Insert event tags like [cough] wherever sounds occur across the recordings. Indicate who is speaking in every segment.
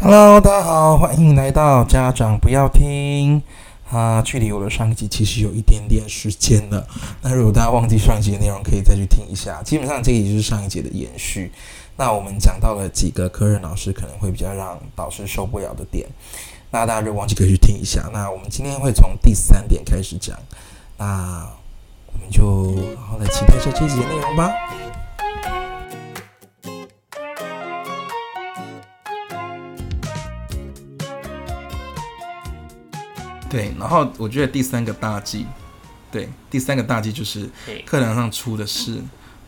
Speaker 1: Hello，大家好，欢迎来到家长不要听啊！距离我的上一集其实有一点点时间了，那如果大家忘记上一集的内容，可以再去听一下。基本上这一集是上一集的延续。那我们讲到了几个科任老师可能会比较让导师受不了的点，那大家如果忘记可以去听一下。那我们今天会从第三点开始讲，那我们就好好来期待一下这一集的内容吧。对，然后我觉得第三个大忌，对，第三个大忌就是
Speaker 2: 对
Speaker 1: 课堂上出的事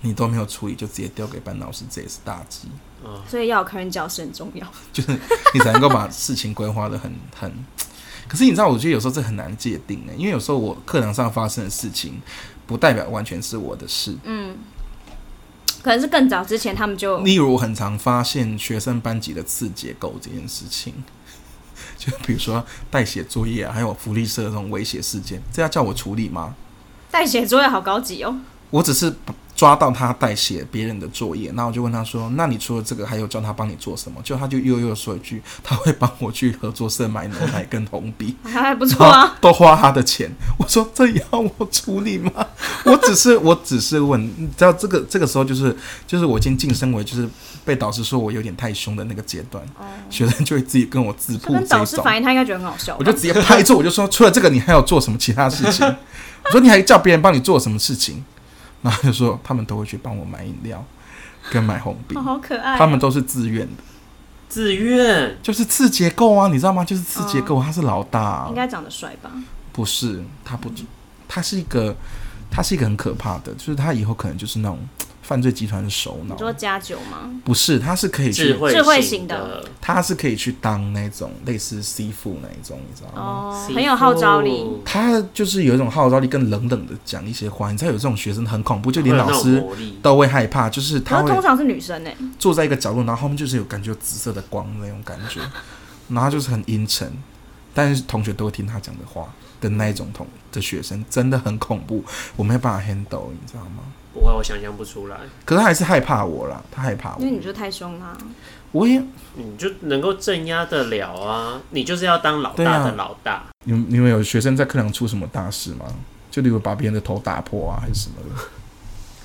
Speaker 1: 你都没有处理，就直接丢给班导师，这也是大忌。 [laughs]
Speaker 3: 所以要有科任教师很重要。
Speaker 1: 就是你才能够把事情规划的很 [laughs] 很。可是你知道，我觉得有时候这很难界定欸的，因为有时候我课堂上发生的事情，不代表完全是我的事。
Speaker 3: 嗯， [laughs] 可能是更早之前他们就
Speaker 1: 例如，我很常发现学生班级的次结构这件事情， [laughs] 就比如说代写作业啊，还有福利社这种威胁事件，这要叫我处理吗？
Speaker 3: 代写作业好高级 [laughs] 哦。
Speaker 1: 我只是抓到他代写别人的作业，那我就问他说：“那你除了这个，还有叫他帮你做什么？”就他就悠悠地说一句：“他会帮我去合作社买牛奶跟红
Speaker 3: [laughs]
Speaker 1: 笔。”
Speaker 3: 还还不错啊，，
Speaker 1: 都花他的钱。我说这也要我处理吗？我只是我只是问，你知道这个这个时候就是就是我已经晋升为就是被导师说我有点太凶的那个阶段，学生就会自己跟我自
Speaker 3: 就
Speaker 1: 曝
Speaker 3: 哦跟
Speaker 1: 这
Speaker 3: 导
Speaker 1: 一
Speaker 3: 师
Speaker 1: 种。
Speaker 3: 反映，他应该觉得很好笑吧。
Speaker 1: 我就直接拍桌，我就说除了这个，你还有做什么其他事情？我说你还叫别人帮你做什么事情？然后他就说他们都会去帮我买饮料跟买红笔
Speaker 3: 哦，，好可爱哦、
Speaker 1: 他们都是自愿的，
Speaker 2: 自愿
Speaker 1: 就是次结构啊，你知道吗？就是次结构，他是老大啊、
Speaker 3: 嗯应该长得帅吧？
Speaker 1: 不是，他不，他是一个，他是一个很可怕的，就是他以后可能就是那种犯罪集团的首脑
Speaker 3: 你。说加九吗？
Speaker 1: 不是，他是可以
Speaker 2: 智
Speaker 1: 去，
Speaker 2: 慧
Speaker 3: 智慧
Speaker 2: 型
Speaker 3: 型
Speaker 2: 的
Speaker 3: 的，
Speaker 1: 他是可以去当那种类似 C 父那一种，你知道吗？
Speaker 3: 哦，
Speaker 2: 媳
Speaker 3: 很有号召力。
Speaker 2: 妇
Speaker 1: 他就是有一种号召力，跟冷冷的讲一些话。你知道有这种学生很恐怖，就连
Speaker 2: 会有
Speaker 1: 老
Speaker 2: 那种
Speaker 1: 师
Speaker 2: 魔力
Speaker 1: 都会害怕，就是
Speaker 3: 可
Speaker 1: 他
Speaker 3: 是
Speaker 1: 会
Speaker 3: 通常是女生哎、
Speaker 1: 坐在一个角落，然后后面就是有感觉有紫色的光那种感觉， [laughs] 然后他就是很阴沉，但是同学都会听他讲的话的那一种同的学生，真的很恐怖，我没有办法 handle，你知道吗？
Speaker 2: 不会，我想象不出来。
Speaker 1: 可是他还是害怕我啦，他害怕
Speaker 3: 因为
Speaker 1: 我，
Speaker 3: 你就太凶啊啦。
Speaker 1: 我也
Speaker 2: 你就能够镇压得了啊！你就是要当老
Speaker 1: 对
Speaker 2: 大
Speaker 1: 啊
Speaker 2: 的老大，
Speaker 1: 你们你们有学生在课堂出什么大事吗？就例如把别人的头打破啊，还是什么的。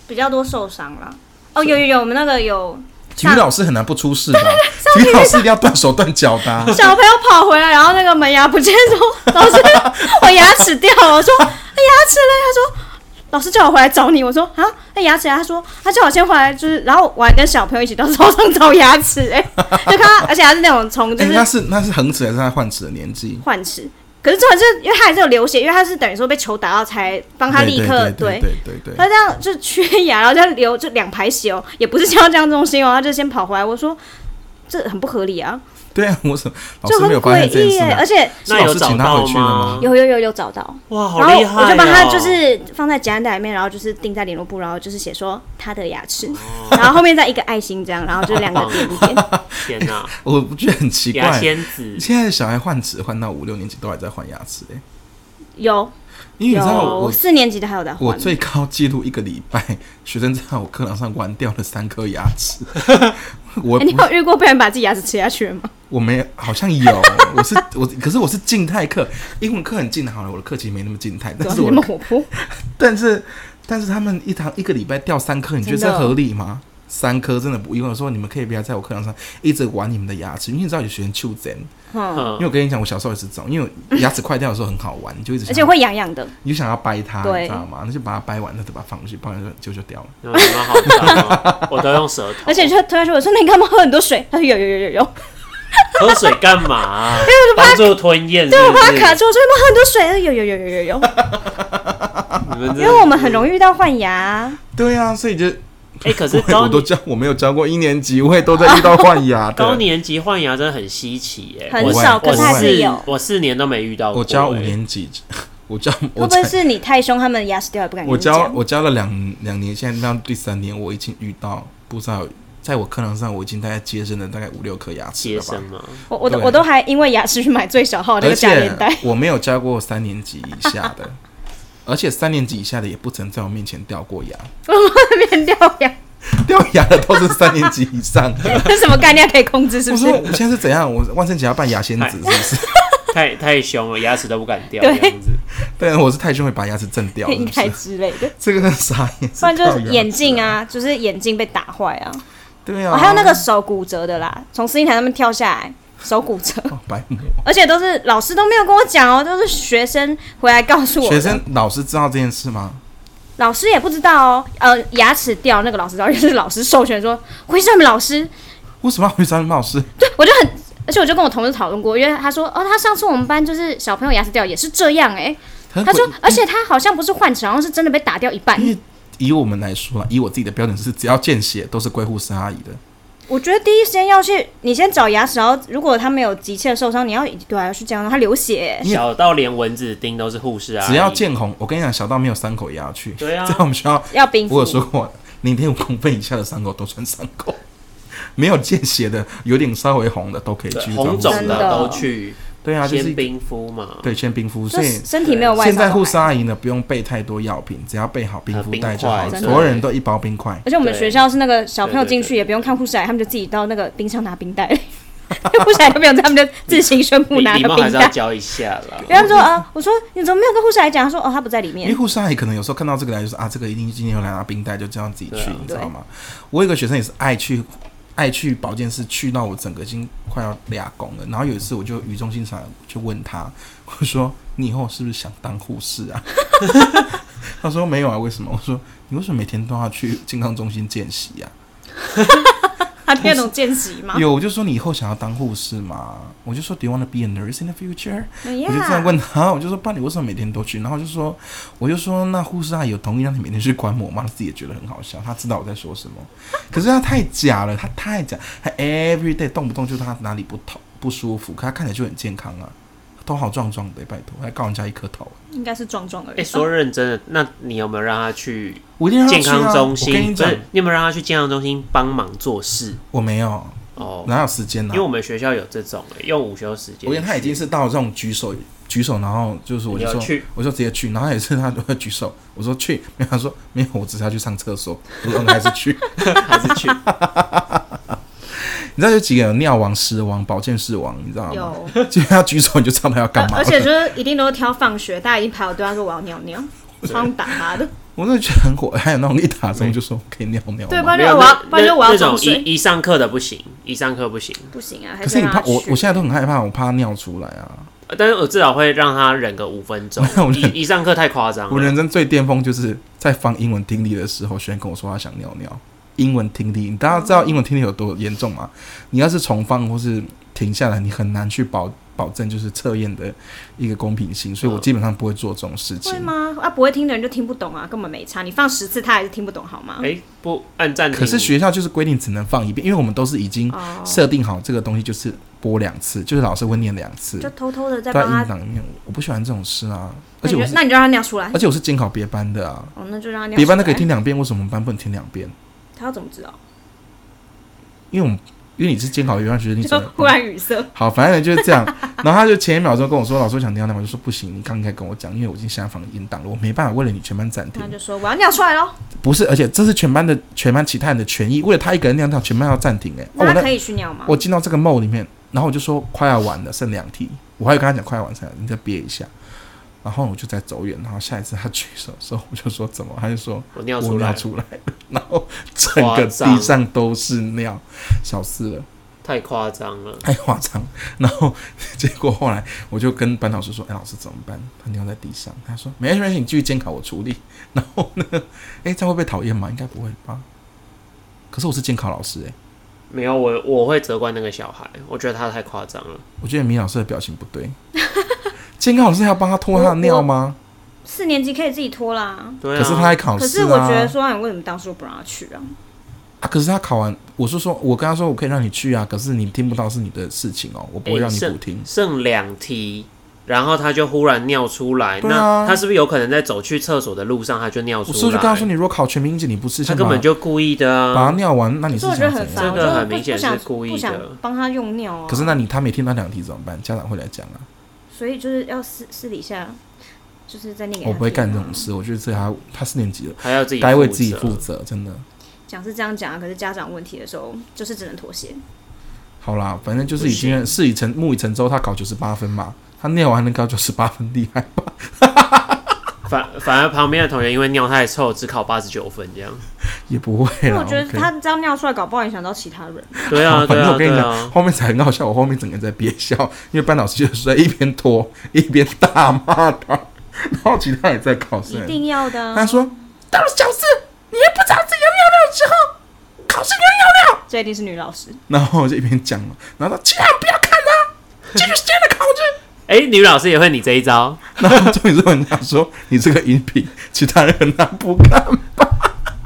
Speaker 3: 比较多受伤啦。哦，有有有，我们那个有。
Speaker 1: 体育老师很难不出事吧？体育老师一定要断手断脚的、啊
Speaker 3: 小朋友跑回来，然后那个门牙不见，说老师我牙齿掉了，我说哎牙齿嘞，他说。老师叫我回来找你，我说啊，那、牙齿啊，他说他叫我先回来，就是，然后我还跟小朋友一起到操场找牙齿、哎， [laughs] 就看他，而且还是那种从就
Speaker 1: 哎、
Speaker 3: 是
Speaker 1: 那是那是恒齿还是他换齿的年纪？
Speaker 3: 换齿，可是这种是因为他还是有流血，因为他是等于说被球打到才帮他立刻
Speaker 1: 对对对对对
Speaker 3: 他这样就缺牙，然后这样流就两排血哦，也不是像这样中心哦，他就先跑回来，我说这很不合理啊，
Speaker 1: 对啊！我怎么老
Speaker 3: 就
Speaker 1: 师
Speaker 3: 很
Speaker 1: 没有发
Speaker 3: 诡
Speaker 1: 现这件
Speaker 3: 异
Speaker 1: 事、
Speaker 3: 耶，
Speaker 1: 啊
Speaker 3: 而？且
Speaker 1: 是
Speaker 2: 那
Speaker 1: 老
Speaker 2: 有
Speaker 1: 师
Speaker 2: 找
Speaker 1: 请他
Speaker 2: 到
Speaker 1: 回去的
Speaker 2: 吗
Speaker 1: 吗？
Speaker 3: 有有有有找到。
Speaker 2: 哇，好
Speaker 3: 然后
Speaker 2: 厉害、哦！
Speaker 3: 我就把它就是放在夹袋里面，然后就是钉在联络簿，然后就是写说他的牙齿，
Speaker 1: 哦
Speaker 3: [laughs] 然后后面再一个爱心这样，然后就两个点一
Speaker 1: [laughs]
Speaker 3: 点。
Speaker 2: 天哪、
Speaker 1: 我不觉得很奇
Speaker 2: 牙
Speaker 1: 怪。
Speaker 2: 仙
Speaker 1: [laughs]
Speaker 2: 子
Speaker 1: 现在小孩换齿换到五六年级都还在换牙齿哎、
Speaker 3: 有
Speaker 1: 因为你知道
Speaker 3: 有，
Speaker 1: 我
Speaker 3: 四年级的还有在
Speaker 1: 我
Speaker 3: 换，
Speaker 1: 最高记录一个礼拜，学生在我课堂上玩掉了三颗牙
Speaker 3: [laughs]
Speaker 1: 齿。我
Speaker 3: 哎你有遇过被人把自己牙齿吃下去了吗？
Speaker 1: 我没好像有，我是我，可是我是静态课，英文课很静态好了，我的课其实没那么静态，但是
Speaker 3: 你
Speaker 1: 我
Speaker 3: 那么活
Speaker 1: [laughs]
Speaker 3: 泼，
Speaker 1: 但是但是他们一堂一个礼拜掉三颗，你觉得
Speaker 3: 真
Speaker 1: 这
Speaker 3: 的哦
Speaker 1: 合理吗？三颗真的不，因为我说你们可以不要在我课堂上一直玩你们的牙齿，因为你知道有学生丘疹，
Speaker 3: 嗯，
Speaker 1: 因
Speaker 2: 嗯
Speaker 1: 为我跟你讲，我小时候也是这种，因为我牙齿快掉的时候很好玩，你就一直
Speaker 3: 而
Speaker 1: 想
Speaker 3: 且会痒痒的。
Speaker 1: 你就想要掰它，
Speaker 3: 对
Speaker 1: 你知道吗？那就把它掰完，那就把它放回去，不然就就就掉了。
Speaker 2: 你们好脏哦，我都用舌头。
Speaker 3: 而且你就突然说：“我说那你干嘛喝很多水？”他说：“有有有有有。
Speaker 2: 喝水干嘛、啊
Speaker 3: [laughs]
Speaker 2: 帮助吞咽”是
Speaker 3: 对，我
Speaker 2: 不
Speaker 3: 怕
Speaker 2: 是？
Speaker 3: 卡住，我说：“你们喝很多水。”他说：“有有有有有有。
Speaker 2: 你们”真的
Speaker 3: 因为我们很容易遇到换牙，
Speaker 1: 对啊，所以 [laughs] 就
Speaker 2: 哎、可是
Speaker 1: 我也
Speaker 2: 高
Speaker 1: 我都
Speaker 2: 年
Speaker 1: 教我没有教过一年级，我也都在遇到换牙的。
Speaker 2: 高年级换牙真的很稀奇耶、
Speaker 3: 很
Speaker 2: 我
Speaker 3: 少，
Speaker 1: 我
Speaker 3: 可是还是有。
Speaker 2: 我四年都没遇到过、
Speaker 1: 我教五
Speaker 2: 哎
Speaker 1: 年级， [laughs] 我教
Speaker 3: 会
Speaker 1: 我
Speaker 3: 不会
Speaker 1: 才
Speaker 3: 是你太凶，他们牙齿掉也不敢跟
Speaker 1: 我
Speaker 3: 你
Speaker 1: 教
Speaker 3: 讲？
Speaker 1: 我教了两两年，现在到第三年，我已经遇到不知道，在我课堂上我已经大概接生了大概五六颗牙齿
Speaker 2: 接
Speaker 1: 了吧
Speaker 2: 生。嘛，
Speaker 3: 我我都
Speaker 1: 对
Speaker 3: 我都还因为牙齿去买最小号的那
Speaker 1: 而
Speaker 3: 哦个假
Speaker 1: 且
Speaker 3: 面带， [laughs]
Speaker 1: 我没有教过三年级以下的， [laughs] 而且三年级以下的也不曾在我面前掉过牙。 [laughs]
Speaker 3: 我外面掉牙。
Speaker 1: 掉牙的都是三年级以
Speaker 3: [laughs]
Speaker 1: 上。
Speaker 3: 这什么概念可以控制？是
Speaker 1: 我
Speaker 3: 不是
Speaker 1: 说？我现在是怎样？我万圣节要扮牙仙子
Speaker 3: [laughs]
Speaker 1: 是不是？ [laughs]
Speaker 2: 太太凶了，牙齿都不敢掉，
Speaker 3: 对
Speaker 2: 这样子。
Speaker 1: 对，我是太凶会把牙齿震掉，是
Speaker 3: 应
Speaker 1: 不
Speaker 3: 该
Speaker 1: 是？
Speaker 3: 之类的，
Speaker 1: 这个真的傻眼。
Speaker 3: 不然就是
Speaker 1: 是
Speaker 3: 眼镜。啊，就是眼镜被打坏啊，
Speaker 1: 对
Speaker 3: 哦，
Speaker 1: 啊。
Speaker 3: 还有那个手骨折的啦，从司令台上面跳下来，手骨折， [laughs]
Speaker 1: 哦白目。
Speaker 3: 而且都是老师都没有跟我讲哦，都是学生回来告诉我的，
Speaker 1: 学生老师知道这件事吗？
Speaker 3: 老师也不知道哦，呃，牙齿掉那个老师知道，就是老师授权说回去找你们老师，
Speaker 1: 为什么要会张老师？
Speaker 3: 对我就很，而且我就跟我同事讨论过，因为他说哦，他上次我们班就是小朋友牙齿掉也是这样哎、
Speaker 1: 他
Speaker 3: 他说，
Speaker 1: 嗯
Speaker 3: 而且他好像不是换齿，好像是真的被打掉一半。
Speaker 1: 因为以我们来说啊，以我自己的标准是，只要见血都是归护士阿姨的。
Speaker 3: 我觉得第一时间要去，你先找牙齿，然后如果他没有急切的受伤，你要对啊，要去这样，他流血欸、
Speaker 1: 因为
Speaker 2: 小到连蚊子叮都是护士啊，
Speaker 1: 只要见红，我跟你讲，小到没有伤口也要去。
Speaker 2: 对啊
Speaker 1: 在我们学校，
Speaker 3: 要冰敷
Speaker 1: 我有。说过，零点五公分以下的伤口都算伤口， [laughs] 没有见血的，有点稍微红的都可以
Speaker 2: 对
Speaker 1: 去
Speaker 2: 红
Speaker 1: 找护
Speaker 2: 肿
Speaker 1: 士
Speaker 3: 真的
Speaker 2: 的
Speaker 1: 阿姨
Speaker 2: 都去
Speaker 1: 对啊，就是
Speaker 2: 先冰敷嘛，
Speaker 1: 对先冰敷，
Speaker 3: 就
Speaker 1: 所以
Speaker 3: 是身体没有外伤。
Speaker 1: 现在护士，阿姨呢不用备太多药品，只要备好冰敷袋就好
Speaker 2: 呃
Speaker 1: 了。
Speaker 3: 冰块
Speaker 1: 所有人都一包冰块，
Speaker 3: 而且我们
Speaker 2: 对
Speaker 3: 学校是那个小朋友进
Speaker 2: 对对
Speaker 3: 去
Speaker 2: 对
Speaker 3: 也不用看护士来，他们就自己到那个冰箱拿冰袋， [laughs] 护士来都没有，他们就自行宣布
Speaker 2: 礼
Speaker 3: 拿
Speaker 2: 礼
Speaker 3: 了
Speaker 2: 貌还
Speaker 3: 冰
Speaker 2: 是要
Speaker 3: 袋。
Speaker 2: 教一下啦。
Speaker 3: 然后他们说啊，我说你怎么没有跟护士来讲？他说哦，他不在里
Speaker 1: 因为
Speaker 3: 面。
Speaker 1: 护士阿姨可能有时候看到这个来就说啊，这个一定今天有来拿冰袋，就这样自己去
Speaker 2: 对啊，
Speaker 1: 你知道吗？我有一个学生也是爱去爱去保健室，去到我整个已经快要俩拱了。然后有一次我就语重心长地就问他，我说你以后是不是想当护士啊？ [laughs] 他说没有啊，为什么？我说你为什么每天都要去健康中心见习啊？
Speaker 3: 他听得懂见习
Speaker 2: 啊
Speaker 3: 吗？
Speaker 1: 有，我就说你以后想要当护士吗？我就说 Do you want to be a nurse in the future？
Speaker 3: 嗯
Speaker 1: 我就这样
Speaker 3: 呀，
Speaker 1: 问他，我就说爸，你为什么每天都去？然后就说，我就说那护士阿姨有同意让你每天去观摩吗？他自己也觉得很好笑，他知道我在说什么。可是他太假了，他太假，他 every day 动不动就他哪里不痛不舒服，可他看起来就很健康啊，头好壮壮的，拜托，还告人家一颗头。啊
Speaker 3: 应该是壮壮而
Speaker 2: 哎、
Speaker 3: 已。
Speaker 2: 说认真的，那你有没有让他去
Speaker 1: 我一定让他
Speaker 2: 健
Speaker 1: 去啊
Speaker 2: 康中
Speaker 1: 我跟你
Speaker 2: 心？不
Speaker 1: 讲
Speaker 2: 是，，你有没有让他去健康中心帮忙做事？
Speaker 1: 我没有，
Speaker 2: 哦，
Speaker 1: 哪有时间呢、啊
Speaker 2: 因为我们学校有这种、欸，用午休时间去。
Speaker 1: 我跟他已经是到这种举手举手，然后就是我
Speaker 2: 你
Speaker 1: 就
Speaker 2: 要
Speaker 1: 说
Speaker 2: 去，
Speaker 1: 我就直接去，然后有一次他就会举手，我说去，没有他说没有，我只是要去上厕所，我说嗯还是去。
Speaker 2: [laughs] 还是去？
Speaker 1: [laughs] 你知道有几个有尿王、狮王、保健室王，你知道吗？
Speaker 3: 有，
Speaker 1: 就他举手你就知道他要干嘛。
Speaker 3: 而且就是一定都是挑放学，大家已经排好队，他说我要尿尿，啊超想打他的。
Speaker 1: 我真的觉得很火，还有那种一打钟就说可以尿尿吗。
Speaker 3: 对，不然
Speaker 2: 没
Speaker 3: 就
Speaker 2: 有
Speaker 3: 我要
Speaker 2: 那，
Speaker 3: 不然就我要
Speaker 2: 那
Speaker 3: 装
Speaker 2: 种
Speaker 3: 水。
Speaker 2: 一一上课的不行，一上课不行。
Speaker 3: 不行啊，还
Speaker 1: 可是你
Speaker 3: 让他
Speaker 1: 怕我，
Speaker 3: 去
Speaker 1: 我现在都很害怕，我怕尿出来啊！
Speaker 2: 呃但是我至少会让他忍个五分钟
Speaker 1: [laughs] 我。忍
Speaker 2: 一一上课太夸张
Speaker 1: 我
Speaker 2: 了，
Speaker 1: 人生最巅峰就是在放英文听力的时候，学员跟我说他想尿尿。英文听力，你大家知道英文听力有多严重吗？你要是重放或是停下来，你很难去保保证就是测验的一个公平性，所以我基本上不会做这种事情
Speaker 3: 会。吗？啊，不会听的人就听不懂啊，根本没差。你放十次他还是听不懂好吗？
Speaker 2: 哎、不按暂停。
Speaker 1: 可是学校就是规定只能放一遍，因为我们都是已经
Speaker 3: 哦，
Speaker 1: 设定好这个东西就是播两次，就是老师会念两次，
Speaker 3: 就偷偷的在
Speaker 1: 在
Speaker 3: 帮
Speaker 1: 音
Speaker 3: 他。
Speaker 1: 档里面，我不喜欢这种事啊。而
Speaker 3: 那
Speaker 1: 且
Speaker 3: 你
Speaker 1: 我，
Speaker 3: 就是那你就让他尿出来。
Speaker 1: 而且我是监考别班的啊，
Speaker 3: 哦，那就让他尿。
Speaker 1: 别班的可以，听两遍，为什么我们班不能听两遍？
Speaker 3: 他要怎么知道？
Speaker 1: 因为我们因为你是监考别班学生，你
Speaker 3: 就
Speaker 1: 怎么
Speaker 3: [laughs] 忽然语塞。
Speaker 1: 好，反正就是这样。 [laughs] 然后他就前一秒钟跟我说，老师我想尿尿，我就说不行，你刚才跟我讲，因为我已经下放音档了，我没办法为了你全班暂停
Speaker 3: 他。就说我要尿出来喽，
Speaker 1: 不是，而且这是全班的全班其他人的权益，为了他一个人尿尿，全班要暂停、欸。哎、我
Speaker 3: 那
Speaker 1: 那
Speaker 3: 他可以去尿吗？
Speaker 1: 我进到这个 mode 里面，然后我就说快要完了，剩两题，我还有跟他讲快要完成，你再憋一下。然后我就在走远，然后下一次他举手的时候，我就说怎么？他就说
Speaker 2: 我尿
Speaker 1: 我
Speaker 2: 出
Speaker 1: 尿
Speaker 2: 来了，
Speaker 1: 出来 [laughs] 了，然后整个地上都是尿，小事了，
Speaker 2: 太夸张了。
Speaker 1: 太夸张。然后结果后来我就跟班导师说：“哎，老师怎么办？他尿在地上。”他说：“没关系，没关系，你继续监考，我处理。” [laughs] 然后呢，哎，这样会被讨厌吗？应该不会吧？可是我是监考老师哎、
Speaker 2: 没有我，我会责怪那个小孩，我觉得他太夸张了。
Speaker 1: 我觉得米老师的表情不对。 [laughs] 监考老师还要帮他脱他的尿吗？
Speaker 3: 四年级可以自己脱啦。
Speaker 2: 对啊，
Speaker 1: 可是他在考
Speaker 3: 可
Speaker 1: 试
Speaker 3: 是
Speaker 1: 啊。
Speaker 3: 我觉得说，你为什么当初不让他去啊？
Speaker 1: 啊，可是他考完，我是说，我跟他说我可以让你去啊，可是你听不到是你的事情哦，我不会
Speaker 2: 诶
Speaker 1: 让你
Speaker 2: 剩
Speaker 1: 补听。
Speaker 2: 剩两题，然后他就忽然尿出来，
Speaker 1: 对啊
Speaker 2: 那他是不是有可能在走去厕所的路上他就尿
Speaker 1: 我
Speaker 2: 出来？
Speaker 1: 说就告诉你，如果考全民英检你不是
Speaker 2: 他
Speaker 1: 先把
Speaker 2: 根本就故意的
Speaker 1: 把
Speaker 2: 啊。
Speaker 1: 他尿完，那你
Speaker 3: 可
Speaker 1: 是
Speaker 3: 是我觉得
Speaker 1: 想
Speaker 3: 很
Speaker 1: 怎
Speaker 3: 烦，啊
Speaker 1: 样？
Speaker 2: 这
Speaker 3: 我
Speaker 2: 个
Speaker 3: 就
Speaker 2: 很
Speaker 3: 不
Speaker 2: 明显
Speaker 3: 不想
Speaker 2: 是故意
Speaker 3: 不
Speaker 2: 的
Speaker 3: 想帮他用尿啊。
Speaker 1: 可是那你他没听到两题怎么办？家长会来讲啊，
Speaker 3: 所以就是要私私底下，就是在那个。啊
Speaker 1: 我不会干这种。事，我觉得这还他四年级了，
Speaker 2: 还要自己
Speaker 1: 该为
Speaker 2: 负责
Speaker 1: 自己负责，真的。
Speaker 3: 讲是这样讲啊，可是家长问题的时候，就是只能妥协。
Speaker 1: 好啦，反正就是已经事已成木已成舟，他考九十八分嘛，他尿完能考九十八分，厉害吧？
Speaker 2: 反反而旁边的同学因为尿太臭，只考八十九分这样。
Speaker 1: 也不会
Speaker 3: 因为
Speaker 1: 啦。
Speaker 3: 我觉得
Speaker 1: OK
Speaker 3: 他这样尿出来，搞不好影响到其他人。
Speaker 2: 对啊，
Speaker 1: 好
Speaker 2: 对
Speaker 1: 反正
Speaker 2: 啊，
Speaker 1: 我跟你
Speaker 2: 对
Speaker 1: 讲，
Speaker 2: 啊。
Speaker 1: 后面才很好笑。我后面整个人在憋笑，因为班老师就是在一边拖一边大骂他，然后其他人也在考试
Speaker 3: 一。定要的
Speaker 1: 他
Speaker 3: 啊，
Speaker 1: 说：“到了小四，你也不知道自己要尿尿的时候，考试要尿尿。
Speaker 3: 这一定是女老师。”
Speaker 1: 然后我就一边讲了，然后他千万不要看他，这个是真的考试。 [laughs]
Speaker 2: 哎、女老师也会你这一招，
Speaker 1: 然后重点是人家说你这个饮品，其他人很难不看。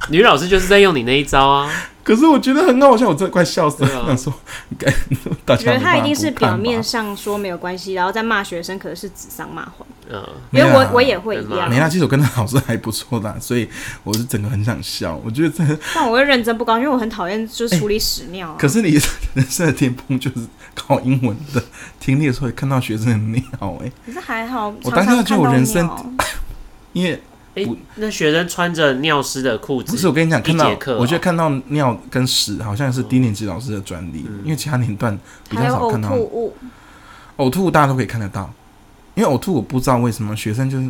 Speaker 2: 女老师就是在用你那一招啊。
Speaker 1: 可是我觉得很好笑，我真的快笑死了。
Speaker 2: 对啊
Speaker 1: 我想说，该大
Speaker 3: 我
Speaker 1: 家没
Speaker 3: 觉得
Speaker 1: 办
Speaker 3: 他
Speaker 1: 法
Speaker 3: 一定是
Speaker 1: 不看
Speaker 3: 表
Speaker 1: 吧
Speaker 3: 面上说没有关系，然后再骂学生，可能是指桑骂槐。
Speaker 2: 嗯，
Speaker 1: 没
Speaker 3: 因
Speaker 1: 有
Speaker 3: 为
Speaker 1: 啊
Speaker 3: 我我也会一样
Speaker 1: 没，啦，其实我跟他老师还不错啦，所以我是整个很想笑。我觉得这
Speaker 3: 但我会认真不高兴，因为我很讨厌就是处理屎尿啊。
Speaker 1: 可是你 [laughs] 人生的巅峰就是考英文的，听力的时候也看到学生很尿哎、
Speaker 3: 可是还好，
Speaker 1: 我
Speaker 3: 常
Speaker 1: 当
Speaker 3: 常
Speaker 1: 下就
Speaker 3: 看
Speaker 1: 有
Speaker 3: 到
Speaker 1: 人生
Speaker 3: 尿
Speaker 1: 因为
Speaker 2: 哎、
Speaker 1: 不
Speaker 2: 那学生穿着尿湿的裤
Speaker 1: 不是
Speaker 2: 子
Speaker 1: 我，跟你讲，看
Speaker 2: 一
Speaker 1: 到
Speaker 2: 节课哦嗯
Speaker 1: 我觉得看到尿跟屎好像是低年级老师的专利，因为其他年段比
Speaker 3: 还
Speaker 1: 较
Speaker 3: 有
Speaker 1: 少
Speaker 3: 呕
Speaker 1: 看到
Speaker 3: 吐物，
Speaker 1: 呕吐，大家都可以看得到。因为呕吐，我不知道为什么学生就是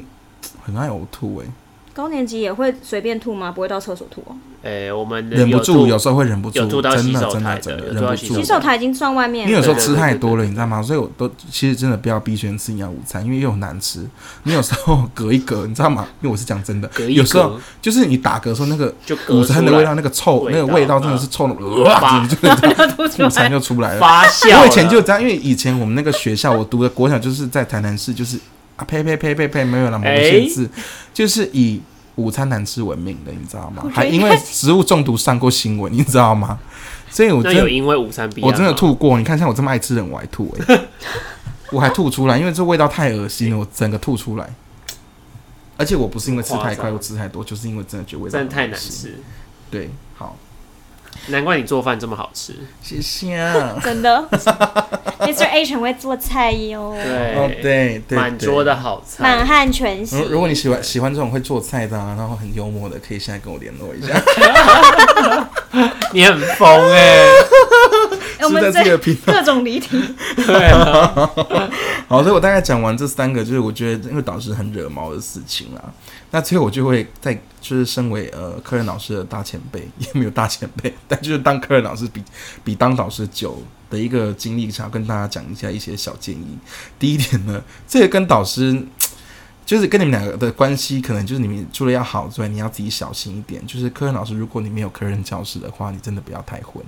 Speaker 1: 很爱呕吐哎、
Speaker 3: 高年级也会随便吐吗？不会到厕所吐哦。
Speaker 2: 哎、我们
Speaker 1: 忍不住，有
Speaker 2: 有
Speaker 1: 时候会忍不住，
Speaker 2: 有吐到
Speaker 1: 真
Speaker 2: 洗
Speaker 1: 的
Speaker 2: 手
Speaker 1: 真的
Speaker 2: 台的
Speaker 1: 真的
Speaker 2: 有
Speaker 1: 忍
Speaker 2: 吐到
Speaker 1: 不
Speaker 2: 洗
Speaker 1: 住
Speaker 2: 手
Speaker 3: 洗。手台已经算外面
Speaker 1: 你有
Speaker 3: 了，
Speaker 1: 时候
Speaker 2: 对对
Speaker 1: 吃
Speaker 2: 对
Speaker 1: 太
Speaker 2: 对
Speaker 1: 多了，你知道吗？所以我都其实真的不要逼学生吃营养午餐，因为又难吃。你有时候隔一隔，你知道吗？因为我是讲真的，
Speaker 2: 隔一
Speaker 1: 有时候
Speaker 2: 隔
Speaker 1: 就是你打嗝的时候，那个
Speaker 2: 就隔
Speaker 1: 午
Speaker 2: 出
Speaker 1: 餐的味道，
Speaker 2: 来
Speaker 1: 那个臭，
Speaker 2: 味
Speaker 1: 那
Speaker 2: 道
Speaker 1: 个味道真的是臭的，哇，
Speaker 2: 发
Speaker 1: 就是你知
Speaker 3: [laughs]
Speaker 1: 道
Speaker 3: 吐出
Speaker 1: 午餐
Speaker 3: 来。
Speaker 1: 就出来了。
Speaker 2: 发酵了。
Speaker 1: 我以前就这样，因为以前我们那个学校，我读的国小就是在台南市，就是啊呸呸呸呸呸，没有了某个
Speaker 2: 哎
Speaker 1: 限制，就是以午餐难吃闻名的，你知道吗
Speaker 3: 我？觉得
Speaker 1: 还因为食物中毒上过新闻，你知道吗？
Speaker 2: [laughs]
Speaker 1: 所以我真
Speaker 2: 那
Speaker 1: 的
Speaker 2: 有啊因为午餐比
Speaker 1: 我真的，吐过，你看像我这么爱吃人，我还吐哎、
Speaker 2: [laughs]
Speaker 1: 我还吐出来，因为这味道太恶心了，我整个吐出来。而且我不是因为吃太
Speaker 2: 夸
Speaker 1: 快
Speaker 2: 张
Speaker 1: 或吃太多，就是因为真的觉得味道
Speaker 2: 真的太
Speaker 1: 很恶
Speaker 2: 难
Speaker 1: 心。
Speaker 2: 吃，
Speaker 1: 对，好，
Speaker 2: 难怪你做饭这么好吃。
Speaker 1: 谢谢。
Speaker 2: 哎
Speaker 3: 真的 [laughs] ，Mr. H 很会做菜哟，
Speaker 2: 对，
Speaker 1: 哦，对对，
Speaker 2: 满桌
Speaker 1: 对。
Speaker 2: 的好
Speaker 3: 满
Speaker 2: 菜。
Speaker 3: 汉全席
Speaker 1: 如。如果你喜欢喜欢这种会做菜的、啊，然后很幽默的，可以现在跟我联络一下。 [laughs]
Speaker 2: 你很疯
Speaker 1: [laughs]
Speaker 2: 哎、
Speaker 3: 哎我们
Speaker 1: 是在这个频
Speaker 3: 各种离题，
Speaker 2: 对啊，
Speaker 1: 好，所以我大概讲完这三个，就是我觉得那个导师很惹毛的事情啦。那最后我就会在，就是身为呃科任老师的大前辈， [laughs] 也没有大前辈，但就是当科任老师比比当导师久的一个经历，想要跟大家讲一下一些小建议。第一点呢，这个跟导师。就是跟你们两个的关系，可能就是你们除了要好之外，你要自己小心一点。就是科任老师，如果你没有科任教室的话，你真的不要太混，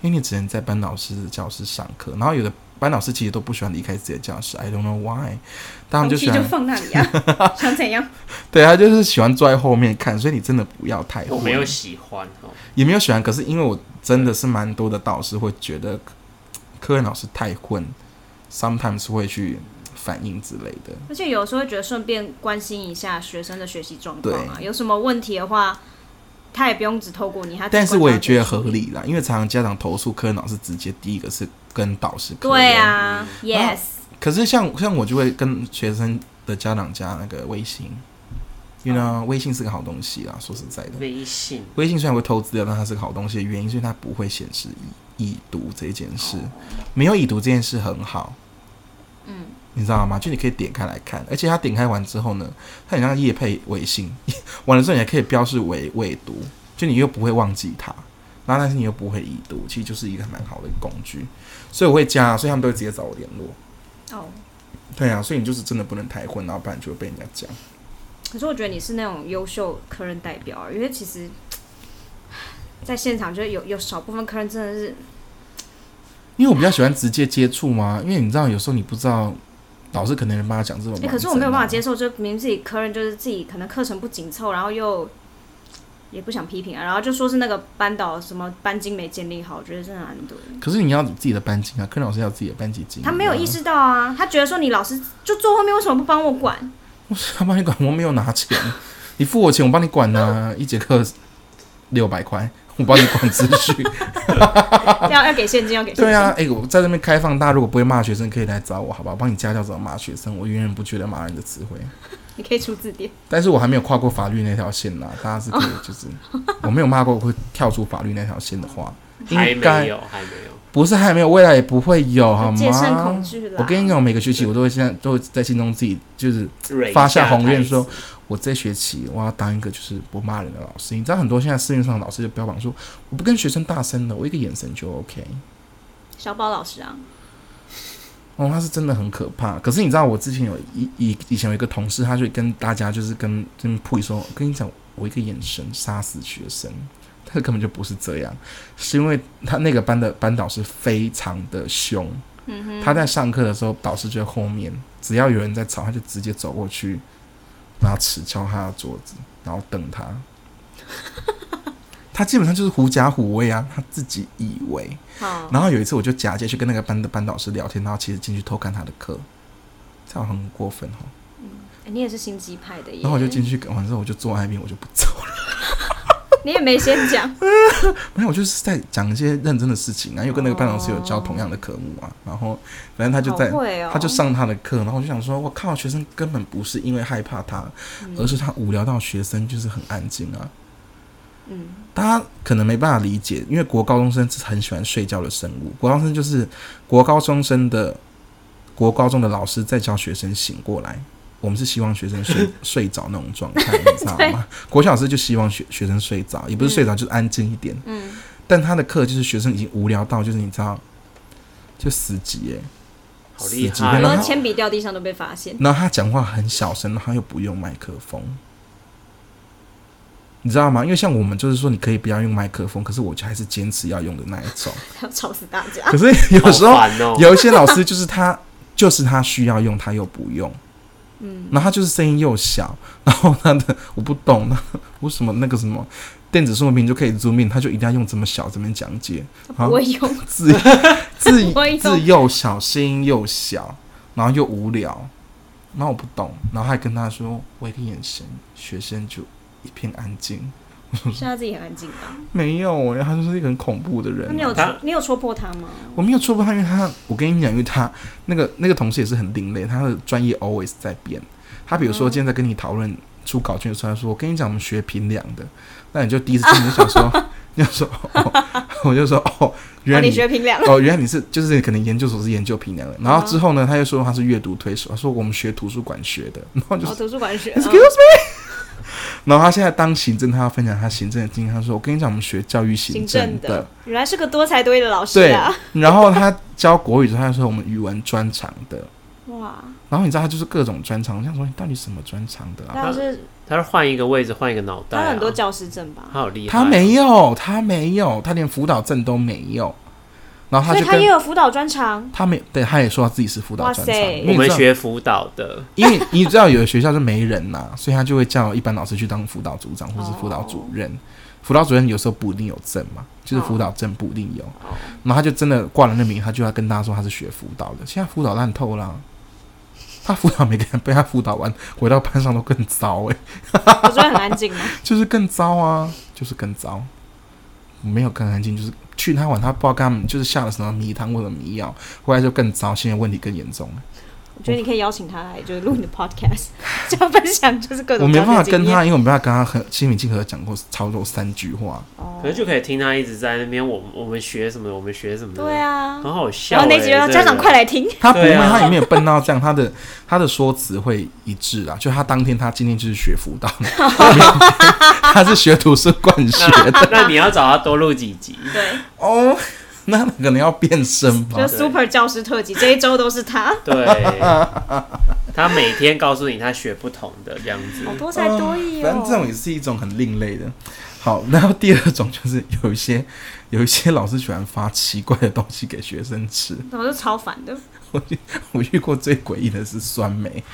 Speaker 1: 因为你只能在班老师的教室上课。然后有的班老师其实都不喜欢离开自己的教室，I don't know why，但他们就
Speaker 3: 东西
Speaker 1: 喜
Speaker 3: 就
Speaker 1: 欢
Speaker 3: 放那里
Speaker 1: [laughs]
Speaker 3: 啊，想怎样？
Speaker 1: 对他就是喜欢坐在后面看，所以你真的不要太
Speaker 2: 我
Speaker 1: 混，
Speaker 2: 没有喜欢哦。
Speaker 1: 也没有喜欢。可是因为我真的是蛮多的导师会觉得科任老师太混，sometimes 会去反应之类的。
Speaker 3: 而且有时候会觉得顺便关心一下学生的学习状况啊，
Speaker 1: 对
Speaker 3: 有什么问题的话，他也不用只透过你，他
Speaker 1: 但是我也觉得合
Speaker 3: 合。
Speaker 1: 理啦，因为常常家长投诉科任老师，直接第一个是跟导师。
Speaker 3: 对，啊
Speaker 1: 然
Speaker 3: ，yes，
Speaker 1: 可是像像我就会跟学生的家长加那个微信，因为呢，微信是个好东西啦，说实在的。
Speaker 2: 微信
Speaker 1: 微信虽然会偷资料，但它是个好东西的原因，是因为它不会显示已已读这件事，没有已读这件事很好，
Speaker 3: 嗯，
Speaker 1: 你知道吗？就你可以点开来看，而且它点开完之后呢，它很像夜配微信， [laughs] 完了之后你还可以标示为未读，就你又不会忘记它，然后但是你又不会已读，其实就是一个蛮好的工具，所以我会加，所以他们都会直接找我联络。
Speaker 3: 哦，
Speaker 1: 对啊，所以你就是真的不能太混，然后不然就会被人家讲。
Speaker 3: 可是我觉得你是那种优秀客人代表啊，因为其实，在现场就有有少部分客人真的是，
Speaker 1: 因为我比较喜欢直接接触嘛，因为你知道有时候你不知道，老师可能没办法讲这种、啊
Speaker 3: 哎、可是我没有办法接。受，就明明自己客人就是自己可能课程不紧凑，然后又也不想批评啊，然后就说是那个班导什么班经没建立好，我觉得真的蛮多的。
Speaker 1: 可是你要有自己的班级啊，柯老师要有自己的班级经、
Speaker 3: 他没有意，识到啊，他觉得说你老师就坐后面为什么不帮我管？
Speaker 1: 他帮你管，我没有拿钱，你付我钱，我帮你管呐、一节课六百块，我帮你管秩
Speaker 3: [laughs]
Speaker 1: 序。
Speaker 3: 要要给现金，要给现金。
Speaker 1: 啊对啊，哎、我在这边开放大家，如果不会骂学生，可以来找我，好吧？我帮你加掉怎么骂学生，我永远不觉得骂人的词汇。
Speaker 3: 你可以出字典。
Speaker 1: 但是我还没有跨过法律那条线啦，大家是可以就是，我没有骂过我会跳出法律那条线的话，
Speaker 2: 还
Speaker 1: 应该
Speaker 2: 没有，还没有。
Speaker 1: 不是还没有，未来也不会有好
Speaker 3: 戒慎恐
Speaker 1: 吗？
Speaker 3: 惧啦。
Speaker 1: 我跟你讲，每个学期我都会现在都会在心中自己就是
Speaker 2: 蕊一
Speaker 1: 发下宏愿
Speaker 2: 台词
Speaker 1: 说，我这学期我要当一个就是不骂人的老师。你知道很多现在市面上的老师就标榜说，我不跟学生大声的，我一个眼神就 OK。
Speaker 3: 小宝老师啊，
Speaker 1: 哦，他是真的很可怕。可是你知道，我之前有以以以前有一个同事，他就跟大家就是跟跟普里说，我跟你讲，我一个眼神杀死学生，他根本就不是这样，是因为他那个班的班导师非常的凶。
Speaker 3: 嗯哼，
Speaker 1: 他在上课的时候，导师就在后面，只要有人在吵，他就直接走过去，拿尺敲他的桌子，然后瞪
Speaker 3: [laughs]
Speaker 1: 他。他基本上就是狐假虎威啊，他自己以为。
Speaker 3: 好，
Speaker 1: 然后有一次，我就假借去跟那个班的班导师聊天，然后其实进去偷看他的课，这样很过分哦。
Speaker 3: 欸你也是心机派的耶。
Speaker 1: 然后我就进去，完之后我就坐在那边，我就不走 [laughs] 了。
Speaker 3: 你也没先讲，
Speaker 1: 没有，我就是在讲一些认真的事情啊，因为跟那个班导师有教同样的科目啊。然后反 [laughs] 正他就
Speaker 3: 好
Speaker 1: 在
Speaker 3: 会哦。
Speaker 1: 他就上他的课，然后我就想说，我靠，学生根本不是因为害怕他，而是他无聊到学生就是很安静啊。
Speaker 3: 嗯，
Speaker 1: 大家可能没办法理解，因为国高中生是很喜欢睡觉的生物，国高中生就是国高中生的国高中的老师在教学生醒过来。我们是希望学生睡
Speaker 3: [laughs]
Speaker 1: 睡着那种状态，你知道
Speaker 3: 对
Speaker 1: 吗？国小老师就希望学学生睡着，也不是睡着，就是安静一点。
Speaker 3: 嗯，
Speaker 1: 但他的课就是学生已经无聊到，就是你知道，就死级哎、
Speaker 2: 好厉
Speaker 1: 死级
Speaker 2: 害
Speaker 1: 然
Speaker 2: 哦
Speaker 3: 很
Speaker 1: 后
Speaker 3: 多
Speaker 1: 他
Speaker 3: 铅笔掉地上都被发现。
Speaker 1: 然后他讲话很小声，然后又不用麦克风，你知道吗？因为像我们就是说，你可以不要用麦克风，可是我就还是坚持要用的那一
Speaker 2: [laughs]
Speaker 1: 种。
Speaker 3: 要吵死大家。
Speaker 1: 可是有时
Speaker 2: 好
Speaker 1: 候
Speaker 2: 烦哦，
Speaker 1: 有一些老师就是他 [laughs] 就是他需要用，他又不用，
Speaker 3: 嗯，
Speaker 1: 然后他就是声音又小，然后他的我不懂，那为什么那个什么电子说明就可以 zoom in，他就一定要用这么小这么讲解？好
Speaker 3: 我有
Speaker 1: 字字
Speaker 3: 我也有
Speaker 1: 字又小，声音又小，然后又无聊，然后我不懂，然后还跟他说我一个眼神，学生就一片安静。
Speaker 3: 是他自己很安静吧？
Speaker 1: 没有哎，他就是一个很恐怖的人
Speaker 3: 那你有
Speaker 1: 啊、
Speaker 2: 他
Speaker 3: 你有戳破他吗？
Speaker 1: 我没有戳破他，因为他，我跟你讲，因为他那个那个同事也是很另类，他的专业 always 在变。他比如
Speaker 3: 嗯
Speaker 1: 说今天在跟你讨论出稿卷的时候，他说：“我跟你讲，我们学评量的。”那你就第一次听你就想
Speaker 3: [laughs]
Speaker 1: 说，你就说，哦、我就说哦，原来
Speaker 3: 哦，你
Speaker 1: 你
Speaker 3: 学评量，
Speaker 1: 哦，原来你是就是可能研究所是研究评量的，然后之后呢，他又说他是阅读推手，他说我们学图书馆学的，然后就
Speaker 3: 哦，
Speaker 1: 是，
Speaker 3: 图书馆
Speaker 1: [laughs]
Speaker 3: 学。
Speaker 1: Excuse
Speaker 3: 嗯
Speaker 1: [laughs] 然后他现在当行政，他要分享他行政的经验，他说我跟你讲，我们学教育行
Speaker 3: 哦行
Speaker 1: 政
Speaker 3: 政的，原来是个多才多艺的老师
Speaker 1: 对
Speaker 3: 啊！，
Speaker 1: 然后他教国语的时候，他说我们语文专长的，
Speaker 3: 哇，
Speaker 1: 然后你知道他就是各种专长，我想说你到底什么专长的啊？
Speaker 3: 他是
Speaker 2: 他是换一个位置，换一个脑袋、
Speaker 3: 他
Speaker 2: 啊，
Speaker 3: 很多教师证吧？
Speaker 2: 他好厉害、哦
Speaker 1: 他，没有，他没有，他连辅导证都没有，然后他
Speaker 3: 所以
Speaker 1: 就
Speaker 3: 他
Speaker 1: 跟
Speaker 3: 也有辅导专长。
Speaker 1: 他没对，他也说他自己是辅导
Speaker 3: 哇
Speaker 1: 专
Speaker 3: 塞
Speaker 1: 长，因为
Speaker 2: 我
Speaker 1: 你知
Speaker 2: 们
Speaker 1: 道
Speaker 2: 学辅导的，
Speaker 1: 因为你知道有的学校就没人呐、 [laughs] 所以他就会叫一般老师去当辅导组长或是辅导主任。辅导主任有时候不一定有证嘛，就是辅导证不一定有。然后他就真的挂了那名，他就要跟大家说他是学辅导的。现在辅导烂透啦、他辅导每个人被他辅导完，回到班上都更糟诶、
Speaker 3: 我觉得很安静吗？
Speaker 1: [laughs] 就是更糟啊，就是更糟。没有更安静，就是去他玩，他不知道跟他们就是下了什么迷汤或者迷药，回来就更糟，现在问题更严重了。
Speaker 3: 我觉得你可以邀请他来，就是录你的 podcast，就 [laughs] 要分享就是各
Speaker 1: 我
Speaker 3: 种
Speaker 1: 没
Speaker 3: 教
Speaker 1: 办法
Speaker 3: 学经
Speaker 1: 跟
Speaker 3: 验。
Speaker 1: 他，因为我没办法跟他很心平气和讲过超过三句话。
Speaker 3: 哦
Speaker 2: 可是就可以听他一直在那边，我我们学什么，我们学什么，
Speaker 3: 对，啊，
Speaker 2: 很好笑、
Speaker 3: 然
Speaker 2: 欸。
Speaker 3: 后那集就让家长快
Speaker 2: 来，
Speaker 3: 来听，
Speaker 1: 他不会，
Speaker 2: 对啊
Speaker 1: 他也没有笨到这样，他的他的说辞会一致啦。就他当天，他今天就是学
Speaker 3: [laughs]
Speaker 1: 辅导的，明天他是学图书馆学
Speaker 3: [laughs]
Speaker 1: 的
Speaker 2: 那你要找他多录几集，
Speaker 3: 对，
Speaker 1: 哦。那可能要变身吧
Speaker 3: 就？是 super 教师特辑，这一周都是他，
Speaker 2: 对，他每天告诉你他学不同的这样子
Speaker 3: 好，多才多艺
Speaker 1: 反正这种
Speaker 3: 哦。
Speaker 1: 也是一种很另类的。好，然后第二种就是有一些有一些老师喜欢发奇怪的东西给学生吃。
Speaker 3: 我就超烦的， [laughs]
Speaker 1: 我遇过最诡异的是酸梅，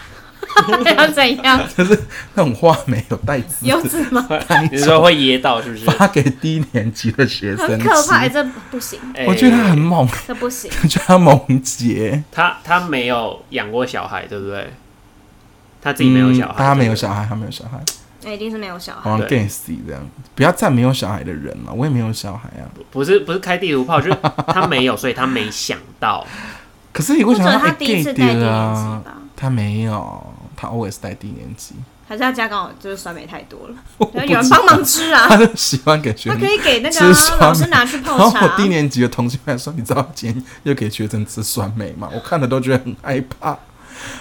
Speaker 3: 要怎样？
Speaker 1: 就是那种话梅有带籽
Speaker 3: 有子
Speaker 1: [laughs]
Speaker 3: 吗？
Speaker 1: 那
Speaker 2: 你
Speaker 1: 一
Speaker 2: 是
Speaker 1: 种
Speaker 2: 说会噎到是不是？
Speaker 1: [laughs] 发给低年级的学生
Speaker 3: 很可怕，哎，
Speaker 1: 吃。
Speaker 3: 这不行，
Speaker 2: 欸
Speaker 1: 我觉得他很猛，
Speaker 3: 这不行。
Speaker 1: 我觉得他萌姐，
Speaker 2: 他他没有养过小孩，对不对？他自己没有小孩，
Speaker 1: 嗯他没有
Speaker 2: 对不对
Speaker 1: 小孩，他没有小孩，
Speaker 3: 那欸一定是没有啊小孩。
Speaker 1: 好像
Speaker 2: 对
Speaker 1: gay 死这样。不要赞没有小孩的人嘛，我也没有小孩啊。
Speaker 2: 不是不是开地图炮，就是他没有，所以他没想到。
Speaker 1: 可是你
Speaker 3: 或
Speaker 1: 会
Speaker 3: 者
Speaker 1: 想到
Speaker 3: 他
Speaker 1: 哎
Speaker 3: 第一
Speaker 1: gay
Speaker 3: 次带低
Speaker 1: 爹
Speaker 3: 年级
Speaker 1: 啊，
Speaker 3: 吧？
Speaker 1: 他没有，他 always 带低年级，
Speaker 3: 还是他家刚好就是酸梅太多了，
Speaker 1: [laughs] 我不
Speaker 3: 有
Speaker 1: 知道
Speaker 3: 人帮忙支啊
Speaker 1: 他，就喜欢给学
Speaker 3: [laughs] 他
Speaker 1: 生
Speaker 3: 可以给那个
Speaker 1: 吃
Speaker 3: 啊
Speaker 1: 酸梅
Speaker 3: 老师拿去
Speaker 1: 然
Speaker 3: 泡
Speaker 1: 后 [laughs] 我
Speaker 3: 茶。啊
Speaker 1: 低年级的同学还说，你知道今天又给学生吃酸梅嘛？我看了都觉得很害怕。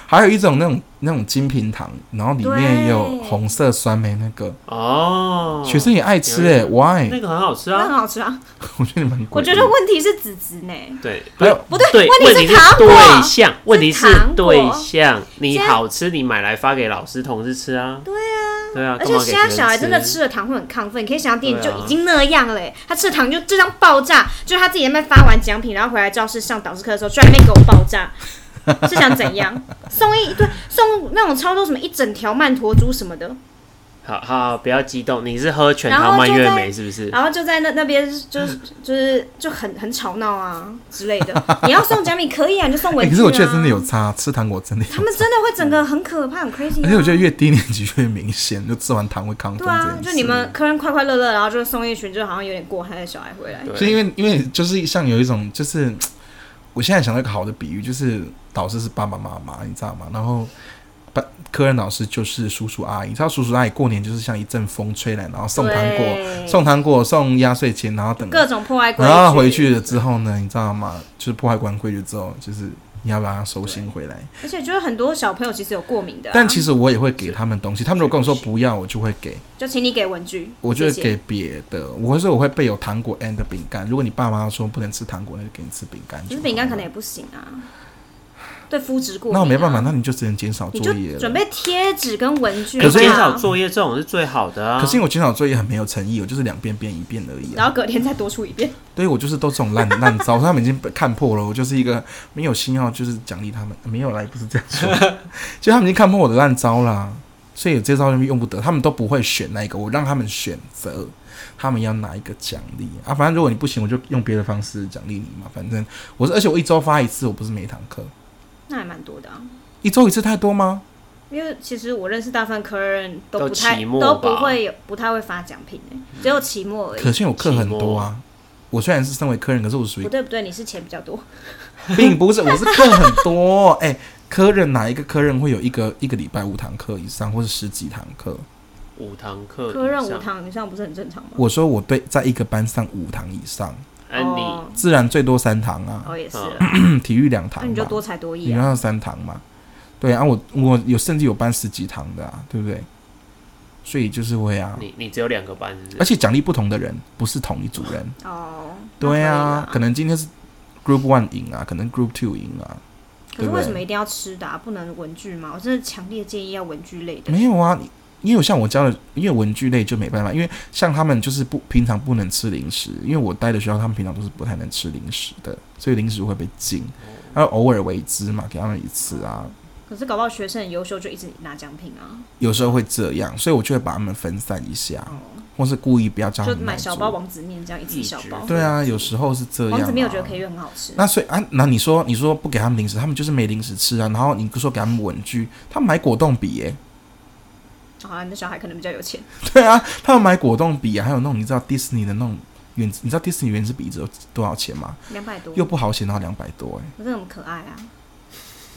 Speaker 1: 还有一种那种那种金平糖，然后里面也有
Speaker 3: 对
Speaker 1: 红色酸梅那个，
Speaker 2: 哦，
Speaker 1: [laughs] 学生也爱吃哎、
Speaker 2: 那
Speaker 1: Why？
Speaker 2: 个很好吃
Speaker 3: 那很
Speaker 2: 啊，
Speaker 3: 好吃啊！
Speaker 1: [laughs] 我觉得你们
Speaker 3: 我觉得问题是子子呢，
Speaker 2: 对，
Speaker 1: 还有
Speaker 3: 不对
Speaker 2: 对，
Speaker 3: 问
Speaker 2: 题
Speaker 3: 题是糖果
Speaker 2: 对象，问题是
Speaker 3: 糖果
Speaker 2: 对象，你
Speaker 3: 现在
Speaker 2: 好吃，你买来发给老师同事吃啊，对啊，对啊，
Speaker 3: 而
Speaker 2: 干
Speaker 3: 且
Speaker 2: 嘛给
Speaker 3: 现在
Speaker 2: 学生
Speaker 3: 小孩真的
Speaker 2: 吃
Speaker 3: 吃了糖会很亢奋，你可以想象电影
Speaker 2: 对
Speaker 3: 就
Speaker 2: 啊
Speaker 3: 已经那样了欸、他吃了糖就就这样爆炸，就是他自己在那边发完奖品，然后回来教室上导师课的时候，居然在那边给我
Speaker 1: [laughs]
Speaker 3: 爆炸，是想怎样？送一对送那种超多什么一整条曼陀珠什么的，
Speaker 2: 好好，不要激动，你是喝全
Speaker 3: 然后
Speaker 2: 糖蔓
Speaker 3: 就
Speaker 2: 越
Speaker 3: 在
Speaker 2: 莓是不是？
Speaker 3: 然后就在那那边就是就是就很很吵闹啊之类的。你要送奖品可以啊，你就送
Speaker 1: 哎、 [laughs]
Speaker 3: 文具、啊
Speaker 1: 可是我觉得真的有差，吃糖果真的
Speaker 3: 他
Speaker 1: 有。
Speaker 3: 们真的会整个很可怕，很 crazy、啊。
Speaker 1: 而且我觉得越低年级越明显，就吃完糖会亢奋
Speaker 3: 对
Speaker 1: 这
Speaker 3: 啊
Speaker 1: 件，
Speaker 3: 就
Speaker 1: 事
Speaker 3: 你们客人快快乐乐，然后就送一群，就好像有点过嗨的小孩回来。
Speaker 2: 对
Speaker 1: 所以因为因为就是像有一种就是，我现在想到一个好的比喻，就是导师是爸爸妈妈，你知道吗？然后班科任老师就是叔叔阿姨，他叔叔阿姨过年就是像一阵风吹来，然后送糖果、
Speaker 3: 对
Speaker 1: 送糖果、送压岁钱，然后等，
Speaker 3: 各种破坏规矩，
Speaker 1: 然后回去了之后呢，你知道吗？就是破坏官规矩之后，就是你要把它收心回来。
Speaker 3: 而且就是很多小朋友其实有过敏的啊、
Speaker 1: 但其实我也会给他们东西，他们如果跟我说不要，我就会给。
Speaker 3: 就请你给文具，
Speaker 1: 我就会
Speaker 3: 谢谢
Speaker 1: 给别的，我会说我会备有糖果 and 饼干。如果你爸妈说不能吃糖果，那就给你吃饼干就好了。
Speaker 3: 可是饼干可能也不行啊，对肤质过敏、啊
Speaker 1: 那我没办法，，那你就只能减少
Speaker 3: 你
Speaker 1: 作业
Speaker 3: 就准
Speaker 1: 了。
Speaker 3: 备贴纸跟文具、啊，
Speaker 1: 可是
Speaker 2: 减少作业这种是最好的啊。
Speaker 1: 可是因为我减少作业很没有诚意，我哦就是两遍变一遍而已、
Speaker 3: 然
Speaker 1: 啊。
Speaker 3: 后隔天再多出一遍。
Speaker 1: 对我就是都这种烂烂招，他们已经被看破了。我就是一个没有心要，就是奖励他们没有啦，也不是这样说，就他们已经看破我的烂招啦， [laughs] 所以这招用不得，他们都不会选那一个，我让他们选择他们要哪一个奖励啊。反正如果你不行，我就用别的方式奖励你嘛。反正我是，而且我一周发一次，我不是每堂课
Speaker 3: [laughs] 那还蛮多的啊，
Speaker 1: 一周一次太多吗？
Speaker 3: 因为其实我认识大部分客人都
Speaker 2: 都
Speaker 3: 不太
Speaker 2: 期末
Speaker 3: 都不
Speaker 2: 吧
Speaker 3: 会有不太会发奖品、欸，只有期末而
Speaker 1: 可
Speaker 3: 已。
Speaker 1: 是我课很多啊。我虽然是身为客人，可是我属于
Speaker 3: 不对不对，你是钱比较多，
Speaker 1: 并不是，我是课很多。哎、科任哪一个科任会有一个一个礼拜五堂课以上，或是十几堂课？
Speaker 2: 五堂课以上，
Speaker 3: 科任无糖以上不是很正常吗？
Speaker 1: 我说我对在一个班上五堂以上，
Speaker 2: 哎，
Speaker 3: 哦
Speaker 2: 你
Speaker 1: 自然最多三堂啊，
Speaker 3: 哦也是
Speaker 2: 嗯
Speaker 3: 啦，
Speaker 1: 嗯体育两堂
Speaker 3: 那
Speaker 1: 嘛，
Speaker 3: 你就多才多艺
Speaker 1: 理
Speaker 3: 啊
Speaker 1: 论。上三堂嘛。对啊，我我有甚至有班十几堂的啊，对不对？所以就是会啊，
Speaker 2: 你你只有两个班是不
Speaker 1: 而
Speaker 2: 是？
Speaker 1: 且奖励不同的人，不是同一组人。
Speaker 3: 哦，那
Speaker 1: 对啊
Speaker 3: 可，以
Speaker 1: 可能今天是 Group One 赢啊，可能 Group Two 赢啊，
Speaker 3: 可
Speaker 1: 对
Speaker 3: 是
Speaker 1: 不对
Speaker 3: 为什么一定要吃的、啊？不能文具吗？我真的强烈建议要文具类的。
Speaker 1: 没有啊，因为像我教的，因为文具类就没办法，因为像他们就是不平常不能吃零食，因为我待的学校他们平常都是不太能吃零食的，所以零食会被禁，
Speaker 3: 哦
Speaker 1: 还有偶尔为之嘛，给他们一次啊，
Speaker 3: 可是搞不好学生很优秀，就一直拿奖品啊，
Speaker 1: 有时候会这样，所以我就会把他们分散一下，或是故意不要教他
Speaker 3: 哦就
Speaker 1: 们
Speaker 3: 买
Speaker 1: 买
Speaker 3: 小
Speaker 1: 足
Speaker 3: 包王子面这样一次小包
Speaker 2: 一。
Speaker 1: 对啊，有时候是这样、啊。
Speaker 3: 王子面我觉得可以很好吃。
Speaker 1: 那所以啊，那你说你说不给他们零食，他们就是没零食吃啊。然后你说给他们文具，他们买果冻笔耶、
Speaker 3: 好啊，你的小孩可能比较有钱，
Speaker 1: 对啊，他们买果冻笔啊，还有那种你知道迪士尼的那种原子，你知道迪士尼原子笔只有多少钱吗？
Speaker 3: 两百多，
Speaker 1: 又不好写，然后两百多哎、
Speaker 3: 可是很可爱啊。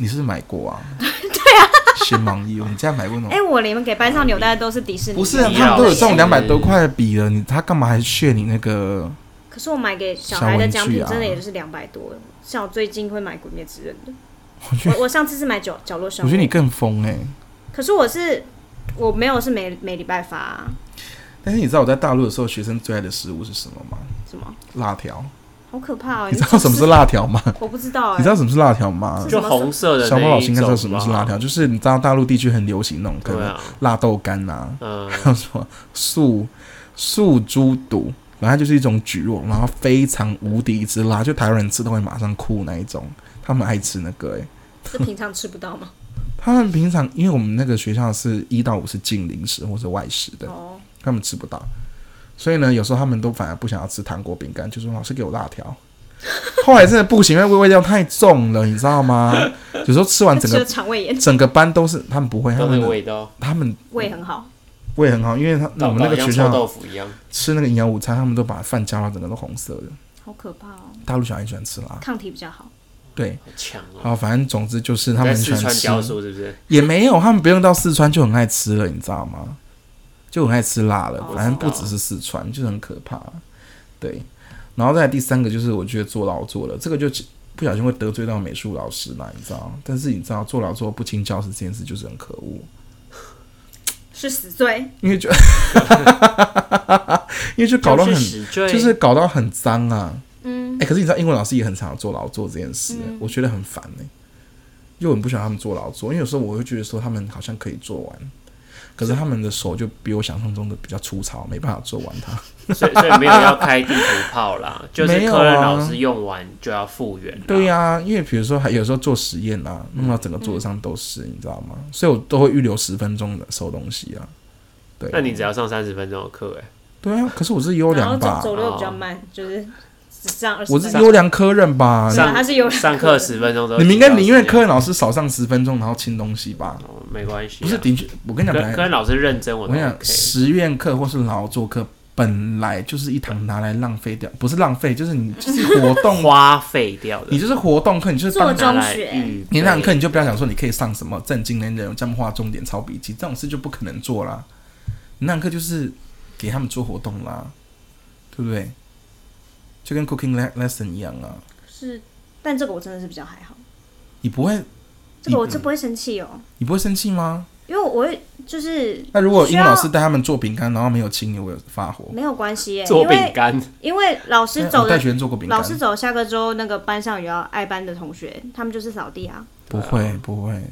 Speaker 1: 你是不是买过啊？对啊，先忙一，你家买过那
Speaker 3: 哎、
Speaker 1: 种？
Speaker 3: 我连给班上纽带的都是迪士尼，
Speaker 1: 哦不是啊，
Speaker 2: 你
Speaker 1: 他们都有这种
Speaker 2: 要
Speaker 1: 两
Speaker 2: 是
Speaker 1: 百多块的笔了，你他干嘛还炫你那个？
Speaker 3: 可是我买给小孩的奖
Speaker 1: 小
Speaker 3: 品
Speaker 1: 文具啊
Speaker 3: 真的也就是两百多，像我最近会买《鬼灭之刃》的，
Speaker 1: 我觉得，
Speaker 3: 我我上次是买角角落生
Speaker 1: 我
Speaker 3: 物
Speaker 1: 觉得你更疯哎、
Speaker 3: 可是我是我没有是每每礼拜发、啊、
Speaker 1: 但是你知道我在大陆的时候，学生最爱的食物是什么吗？
Speaker 3: 什么，
Speaker 1: 辣条。
Speaker 3: 好可怕哦！
Speaker 1: 你知道什么是？辣条吗？
Speaker 3: 我不知道哎、
Speaker 1: 你知道什么是辣条吗
Speaker 3: 是？
Speaker 2: 就红色的那一
Speaker 1: 小
Speaker 2: 种吧。啊
Speaker 1: 猫老师应该知道什么是辣条，就是你知道大陆地区很流行那种可
Speaker 2: 对
Speaker 1: 能 [laughs]
Speaker 2: 啊，
Speaker 1: 辣豆干啊，
Speaker 2: 嗯，
Speaker 1: 还有什么素素猪肚，然后它就是一种蒟蒻，然后非常无敌之辣，就台湾人吃都会马上哭那一种。他们爱吃那个、欸，
Speaker 3: 是平常吃不
Speaker 1: [laughs]
Speaker 3: 到吗？
Speaker 1: 他们平常因为我们那个学校是一到五是禁零食或是外食的，
Speaker 3: 哦，
Speaker 1: 他们吃不到，所以呢，有时候他们都反而不想要吃糖果饼干，就说老师给我辣
Speaker 3: [laughs]
Speaker 1: 条。后来真的不行，因为味道太重了，你知道吗？有时候吃完
Speaker 3: [laughs] 就
Speaker 1: 整
Speaker 3: 吃了
Speaker 1: 个
Speaker 3: 肠胃炎，
Speaker 1: 整个班都是，他们不会，他
Speaker 2: 都那
Speaker 1: 们
Speaker 2: 个
Speaker 1: 的
Speaker 2: 味道，
Speaker 1: 他们
Speaker 3: 胃很好。
Speaker 1: 胃很好，因为他我
Speaker 2: 搞
Speaker 1: 们那
Speaker 2: 得
Speaker 1: 个
Speaker 2: 像
Speaker 1: 学
Speaker 2: 臭
Speaker 1: 校
Speaker 2: 豆腐一样。
Speaker 1: 吃那个营养午餐，他们都把饭加到整个都红色的。
Speaker 3: 好可怕哦，
Speaker 1: 大陆小孩喜欢吃辣，
Speaker 3: 抗体比较好。
Speaker 1: 对，
Speaker 2: 好强哦！
Speaker 1: 好，反正总之就是他
Speaker 2: 在
Speaker 1: 们很喜
Speaker 2: 四
Speaker 1: 欢
Speaker 2: 川
Speaker 1: 吃，
Speaker 2: 雕塑是不是？
Speaker 1: 也没有，他们不用到四川就很爱吃了，你知道吗？就很爱吃辣了
Speaker 2: 哦，
Speaker 1: 反正
Speaker 2: 我知
Speaker 1: 不
Speaker 2: 道
Speaker 1: 只是四川，就是很可怕。对，然后再来第三个就是我觉得坐牢做了，这个就不小心会得罪到美术老师啦，你知道？但是你知道坐牢做不进教室这件事就是很可恶，
Speaker 3: 是死罪，
Speaker 1: 因为就 [laughs] 因为就搞到很
Speaker 2: 就是死罪
Speaker 1: 就是搞到很脏啊。
Speaker 3: 嗯
Speaker 1: 哎、可是你知道英文老师也很常做劳作这件事，我觉得很烦呢、因为我很不喜欢他们做劳作，因为有时候我会觉得说他们好像可以做完，可是他们的手就比我想象中的比较粗糙，没办法做完它。
Speaker 2: 所以所以没有要开地图炮啦，就是
Speaker 1: 没有啊
Speaker 2: 科任老师用完就要复原啦。
Speaker 1: 对呀、因为比如说还有时候做实验啊，弄到整个桌子上都是，你知道吗？所以我都会预留十分钟的收东西啊。对，
Speaker 2: 那你只要上三十分钟的课，哎，
Speaker 1: 对啊，可是我是优
Speaker 3: 然后
Speaker 1: 良
Speaker 3: 走
Speaker 1: 吧，
Speaker 3: 走路比较慢，就是只上二十
Speaker 1: 我
Speaker 3: 分钟。啊
Speaker 1: 是优良科任吧。
Speaker 3: 是啊啊
Speaker 2: 上
Speaker 3: 他是有
Speaker 2: 上课十分钟都
Speaker 1: 你们应该宁愿科
Speaker 2: 科
Speaker 1: 任老师少上十分钟，然后清东西吧？
Speaker 2: 哦，没关系啊，
Speaker 1: 不是，的确，我跟你讲，本
Speaker 2: 科
Speaker 1: 来
Speaker 2: 科任老师认真，我
Speaker 1: 我
Speaker 2: 都
Speaker 1: 跟你讲，
Speaker 2: OK。
Speaker 1: 实验课或是劳作课本来就是一堂拿来浪费掉，不是浪费，就是
Speaker 3: [laughs]
Speaker 1: 你就是活动，
Speaker 2: 花费掉的，
Speaker 1: 你就是活动课，你就是
Speaker 3: 做
Speaker 1: 当
Speaker 2: 拿
Speaker 3: 中
Speaker 2: 来
Speaker 3: 学
Speaker 2: 预备
Speaker 1: 你那堂课你就不要想说你可以上什么正经的人，这样画重点、抄笔记这种事就不可能做啦。你那堂课就是给他们做活动啦，对不对？就跟 cooking le- lesson 一样啊，
Speaker 3: 是，但这个我真的是比较还好，
Speaker 1: 你不会
Speaker 3: 这
Speaker 1: 嗯
Speaker 3: 个我这不会生气哦，
Speaker 1: 你不会生气吗？
Speaker 3: 因为我会就是
Speaker 1: 那如果
Speaker 3: 需
Speaker 1: 英文老
Speaker 3: 要
Speaker 1: 师带他们做饼干，然后没有亲，你会发火？
Speaker 3: 没有关系耶，
Speaker 2: 做
Speaker 3: 因
Speaker 2: 饼
Speaker 3: 为
Speaker 2: 干，
Speaker 3: 因为老师走
Speaker 1: 我带
Speaker 3: 的
Speaker 1: 学生做过饼干
Speaker 3: 老，师走下课之后，那个班上有要爱班的同学，他们就是扫地啊，
Speaker 1: 不会不会，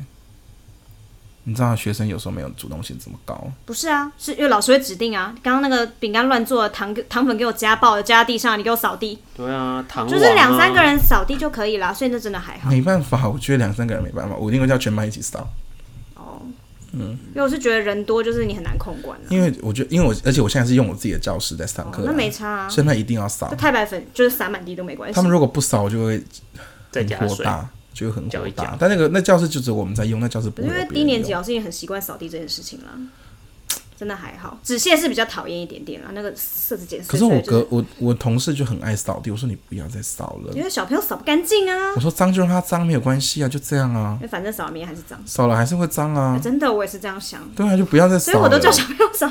Speaker 1: 你知道学生有时候没有主动性这么高，
Speaker 3: 不是啊，是因为老师会指定啊，刚刚那个饼干乱做，糖给糖粉给我加爆了，加到地上，你给我扫地，
Speaker 2: 对啊，糖
Speaker 3: 就是
Speaker 2: 王啊
Speaker 3: 两三个，人扫地就可以啦，所以那真的还好
Speaker 1: 没办法，我觉得两三个人没办法，我一定会叫全班一起扫，
Speaker 3: 哦。嗯，因为我是觉得人多就是你很难控管了、
Speaker 1: 因为我觉得，因为我而且我现在是用我自己的教室在上
Speaker 3: 哦
Speaker 1: 课、啊，
Speaker 3: 那没差啊，
Speaker 1: 所以那一定要扫
Speaker 3: 那。太白粉就是撒满地都没关系。
Speaker 1: 他们如果不扫，就会
Speaker 2: 再
Speaker 1: 很
Speaker 2: 加
Speaker 1: 火
Speaker 2: 水，
Speaker 1: 大，就会很
Speaker 2: 搅
Speaker 1: 火
Speaker 2: 一
Speaker 1: 大
Speaker 2: 搅。
Speaker 1: 但那个那教室就只有我们在用，那教室不
Speaker 3: 可
Speaker 1: 会
Speaker 3: 是
Speaker 1: 有
Speaker 3: 因
Speaker 1: 别
Speaker 3: 为
Speaker 1: 人
Speaker 3: 低年
Speaker 1: 用
Speaker 3: 级老师也很习惯扫地这件事情啦，真的还好。纸屑是比较讨厌一点点啦，那个色子剪
Speaker 1: 可
Speaker 3: 碎
Speaker 1: 是
Speaker 3: 碎
Speaker 1: 我
Speaker 3: 就是啊
Speaker 1: 哥，我我同事就很爱扫地，我说你不要再扫了
Speaker 3: 因，为小朋友扫不干净啊，
Speaker 1: 我说脏就让它脏，没有关系啊，就这样啊
Speaker 3: 因，为反正扫明天还是脏。
Speaker 1: 扫了还是会脏啊，
Speaker 3: 真的，我也是这样想，
Speaker 1: 对啊，就不要再
Speaker 3: 所以
Speaker 1: 扫
Speaker 3: 我都
Speaker 1: 了
Speaker 3: 叫。小朋友扫，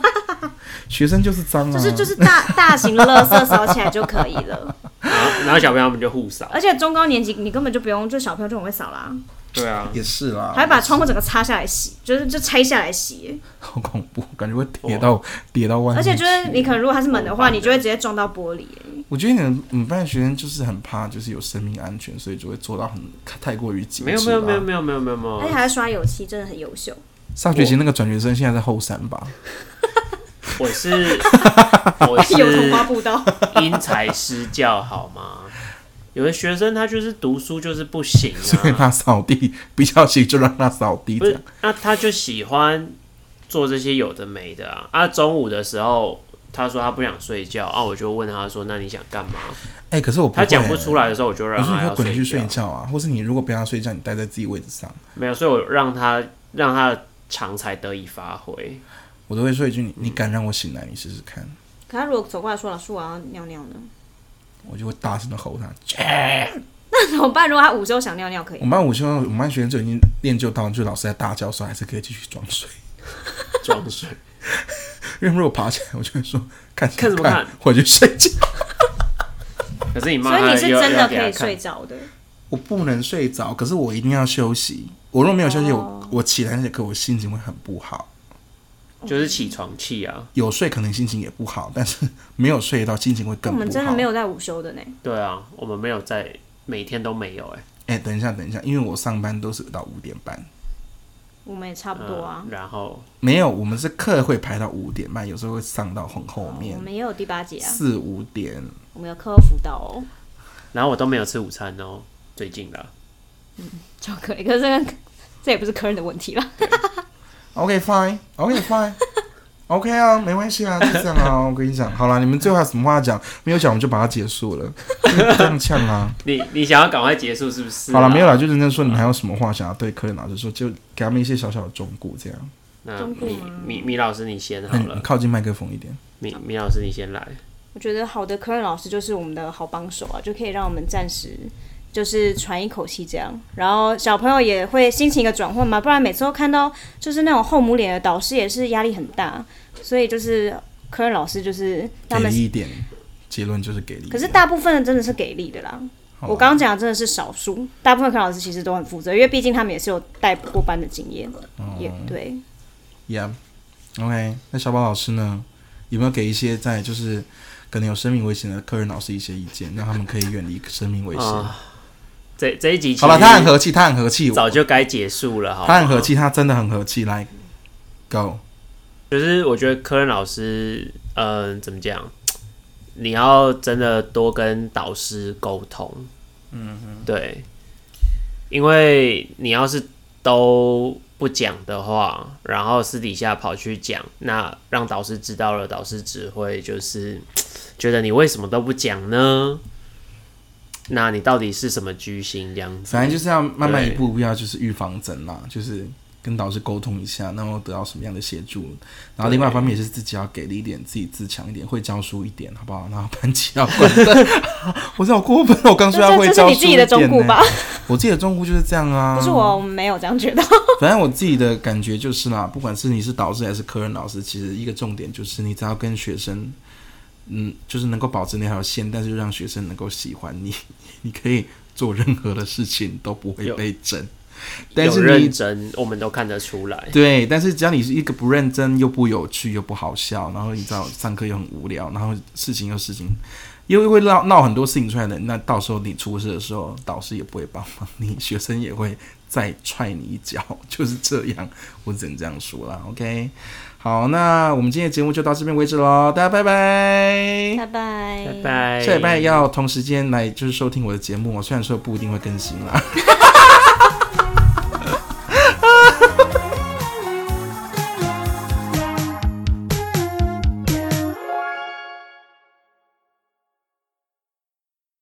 Speaker 1: 学生就是脏啊，
Speaker 3: 就是就是大大型垃圾扫起来就可以了。
Speaker 2: 然后然后小朋友们就互扫，
Speaker 3: 而且中高年级你根本就不用，就小朋友就很会扫啦，
Speaker 2: 对啊，
Speaker 1: 也是啦，
Speaker 3: 还会把窗户整个擦下来洗，就是就拆下来洗。
Speaker 1: 好恐怖，感觉会跌到跌到外面。
Speaker 3: 而且就是你可，能如果它是门的话，你就会直接撞到玻璃。
Speaker 1: 我觉得你们你们班的学生就是很怕，就是有生命安全，所以就会做到很太过于极致、啊。
Speaker 2: 没有没有没有没有没有没有没
Speaker 3: 而且
Speaker 2: 有，
Speaker 3: 还会刷油漆，真的很优秀。
Speaker 1: 上学期那个转学生现在在后山吧？
Speaker 2: 我
Speaker 3: [laughs]
Speaker 2: 是我
Speaker 3: 有同
Speaker 2: 是
Speaker 3: 花步道，
Speaker 2: [laughs] 因材施教好吗？有的学生他就是读书就是不行
Speaker 1: 所以
Speaker 2: 啊，
Speaker 1: 他扫地 [laughs] 比较行，就让他扫地
Speaker 2: 不
Speaker 1: 这
Speaker 2: 是
Speaker 1: 样。，
Speaker 2: 那他就喜欢做这些有的没的啊。啊，中午的时候他说他不想睡觉啊，我就问他说那你想干嘛？
Speaker 1: 哎、可是我不会、
Speaker 2: 他讲不出。来的时候，我就
Speaker 1: 我
Speaker 2: 让
Speaker 1: 说
Speaker 2: 哦他
Speaker 1: 你
Speaker 2: 要
Speaker 1: 就滚去睡
Speaker 2: 觉。
Speaker 1: 觉啊，或是你如果不让他睡觉，你待在自己位置上，
Speaker 2: 没有，所以我让他让他的长才得以发挥。
Speaker 1: 我都会说一句：“
Speaker 2: 嗯
Speaker 1: 你你敢让我醒来，你试试看。
Speaker 3: 可他如果走过来说：“老师，我要尿尿呢。”
Speaker 1: 我就会大声的吼他。”
Speaker 3: 那怎么办？如果他午休想尿尿可以
Speaker 1: 我们班午休，我们班学生就已经练就到，就老师在大叫说还是可以继续装睡。
Speaker 2: 装睡，
Speaker 1: 因为如果爬起来，我就会说看
Speaker 2: 看什么
Speaker 1: 看
Speaker 2: 看，
Speaker 1: 我就睡觉。
Speaker 2: 可是你
Speaker 3: 所
Speaker 2: 骂
Speaker 3: 以
Speaker 2: 他，
Speaker 3: 你是
Speaker 2: 又
Speaker 3: 真
Speaker 2: 又
Speaker 3: 的
Speaker 2: 给他
Speaker 3: 可以
Speaker 2: 看
Speaker 3: 睡着的。
Speaker 1: 我不能睡着，可是我一定要休息。我如果没有休息，
Speaker 3: 哦
Speaker 1: 我我起来那节课我心情会很不好。
Speaker 2: 就是起床气啊，
Speaker 1: 有睡可能心情也不好，但是没有睡到心情会
Speaker 3: 我
Speaker 1: 更不好。
Speaker 3: 们真的没有在午休的呢。
Speaker 2: 对啊，我们没有在每天都没有哎、
Speaker 1: 哎、等一下，等一下，因为我上班都是到五点半，
Speaker 3: 我们也差不
Speaker 2: 嗯
Speaker 3: 多啊。
Speaker 2: 然后
Speaker 1: 没有，我们是课会排到五点半，有时候会上到很后面
Speaker 3: 哦我，们也有第八节啊，
Speaker 1: 四五点。
Speaker 3: 我们有课后辅导哦，
Speaker 2: 然后我都没有吃午餐哦，最近的啊
Speaker 3: 就可以。可是这个这也不是客人的问题了。
Speaker 1: OK fine OK fine [laughs] OK 啊，没关系啊，就这样啊。我跟你讲，好啦，你们最后还有什么话讲？没有讲我们就把它结束了， [laughs] 就这样呛啊。
Speaker 2: 你你想要赶快结束是不是、啊
Speaker 1: 好了，没有
Speaker 2: 了。
Speaker 1: 啦，就认真说，你们还有什么话想要对科任老师说？就给他们一些小小的忠告，这样。
Speaker 2: 那
Speaker 3: 中部
Speaker 2: 米
Speaker 3: 吗
Speaker 2: 米米老师你先好
Speaker 1: 那你
Speaker 2: 了，
Speaker 1: 靠近麦克风一点。
Speaker 2: 米米老师你先来。
Speaker 3: 我觉得好的科任老师就是我们的好帮手啊，就可以让我们暂时就是喘一口气这样，然后小朋友也会心情一个转换嘛，不然每次都看到就是那种后母脸的导师也是压力很大，所以就是科任老师就是让他
Speaker 1: 给
Speaker 3: 们，
Speaker 1: 力一点，结论就是给力一点。
Speaker 3: 可是大部分的真的是给力的啦。
Speaker 1: 好吧啊
Speaker 3: 我刚刚讲的真的是少数，大部分科任老师其实都很负责，因为毕竟他们也是有带过班的经验，
Speaker 1: 哦
Speaker 3: 也对。
Speaker 1: Yeah，OK，、那小宝老师呢，有没有给一些在就是可能有生命危险的客人老师一些意见，让他们可以远离生命危险？
Speaker 2: 啊这这一集其
Speaker 1: 好了，
Speaker 2: 实
Speaker 1: 他很和气，他很和气，
Speaker 2: 早就该结束了，好吗
Speaker 1: 他很和气，他真的很和气。来，Go，
Speaker 2: 就是我觉得科任老师，嗯、怎么讲？你要真的多跟导师沟通，嗯，对，因为你要是都不讲的话，然后私底下跑去讲，那让导师知道了，导师只会就是觉得你为什么都不讲呢？那你到底是什么居心这样子？
Speaker 1: 反正就是要慢慢一
Speaker 2: 对
Speaker 1: 步一步要就是预防针啦，就是跟导师沟通一下，然后得到什么样的协助。然后另外一方面也是自己要给力一点，自己自强一点，会教书一点，好不好？然后班级要管
Speaker 2: [laughs]
Speaker 1: 得 [laughs] 我是好过分，我刚说要
Speaker 3: 这
Speaker 1: 会
Speaker 3: 这是
Speaker 1: 教书
Speaker 3: 你
Speaker 1: 一
Speaker 3: 自己的
Speaker 1: 点
Speaker 3: 中
Speaker 1: 呢
Speaker 3: 顾吧？
Speaker 1: [laughs] 我自己的中顾就是这样啊，
Speaker 3: 不是我，我没有这样觉得。
Speaker 1: [laughs] 反正我自己的感觉就是啦，不管是你是导师还是科任老师，其实一个重点就是你只要跟学生，嗯，就是能够保持那条线，但是又让学生能够喜欢你，你可以做任何的事情都不会
Speaker 2: 有
Speaker 1: 被整。但
Speaker 2: 有
Speaker 1: 是
Speaker 2: 认
Speaker 1: 你
Speaker 2: 真，我们都看得出 [laughs] 来。
Speaker 1: 对，但是只要你是一个不认真又不有趣又不好笑，然后你知道上课又很无聊，然后事情又事情又会闹闹很多事情出来的，那到时候你出事的时候，导师也不会帮忙你，学生也会再踹你一脚，就是这样，我只能这样说啦。OK，好，那我们今天的节目就到这边为止喽，大家拜拜。
Speaker 3: 拜拜，
Speaker 2: 拜。
Speaker 3: [laughs]
Speaker 2: 拜，
Speaker 1: 下礼拜要同时间来就是收听我的节目哦，虽然说不一定会更新啦。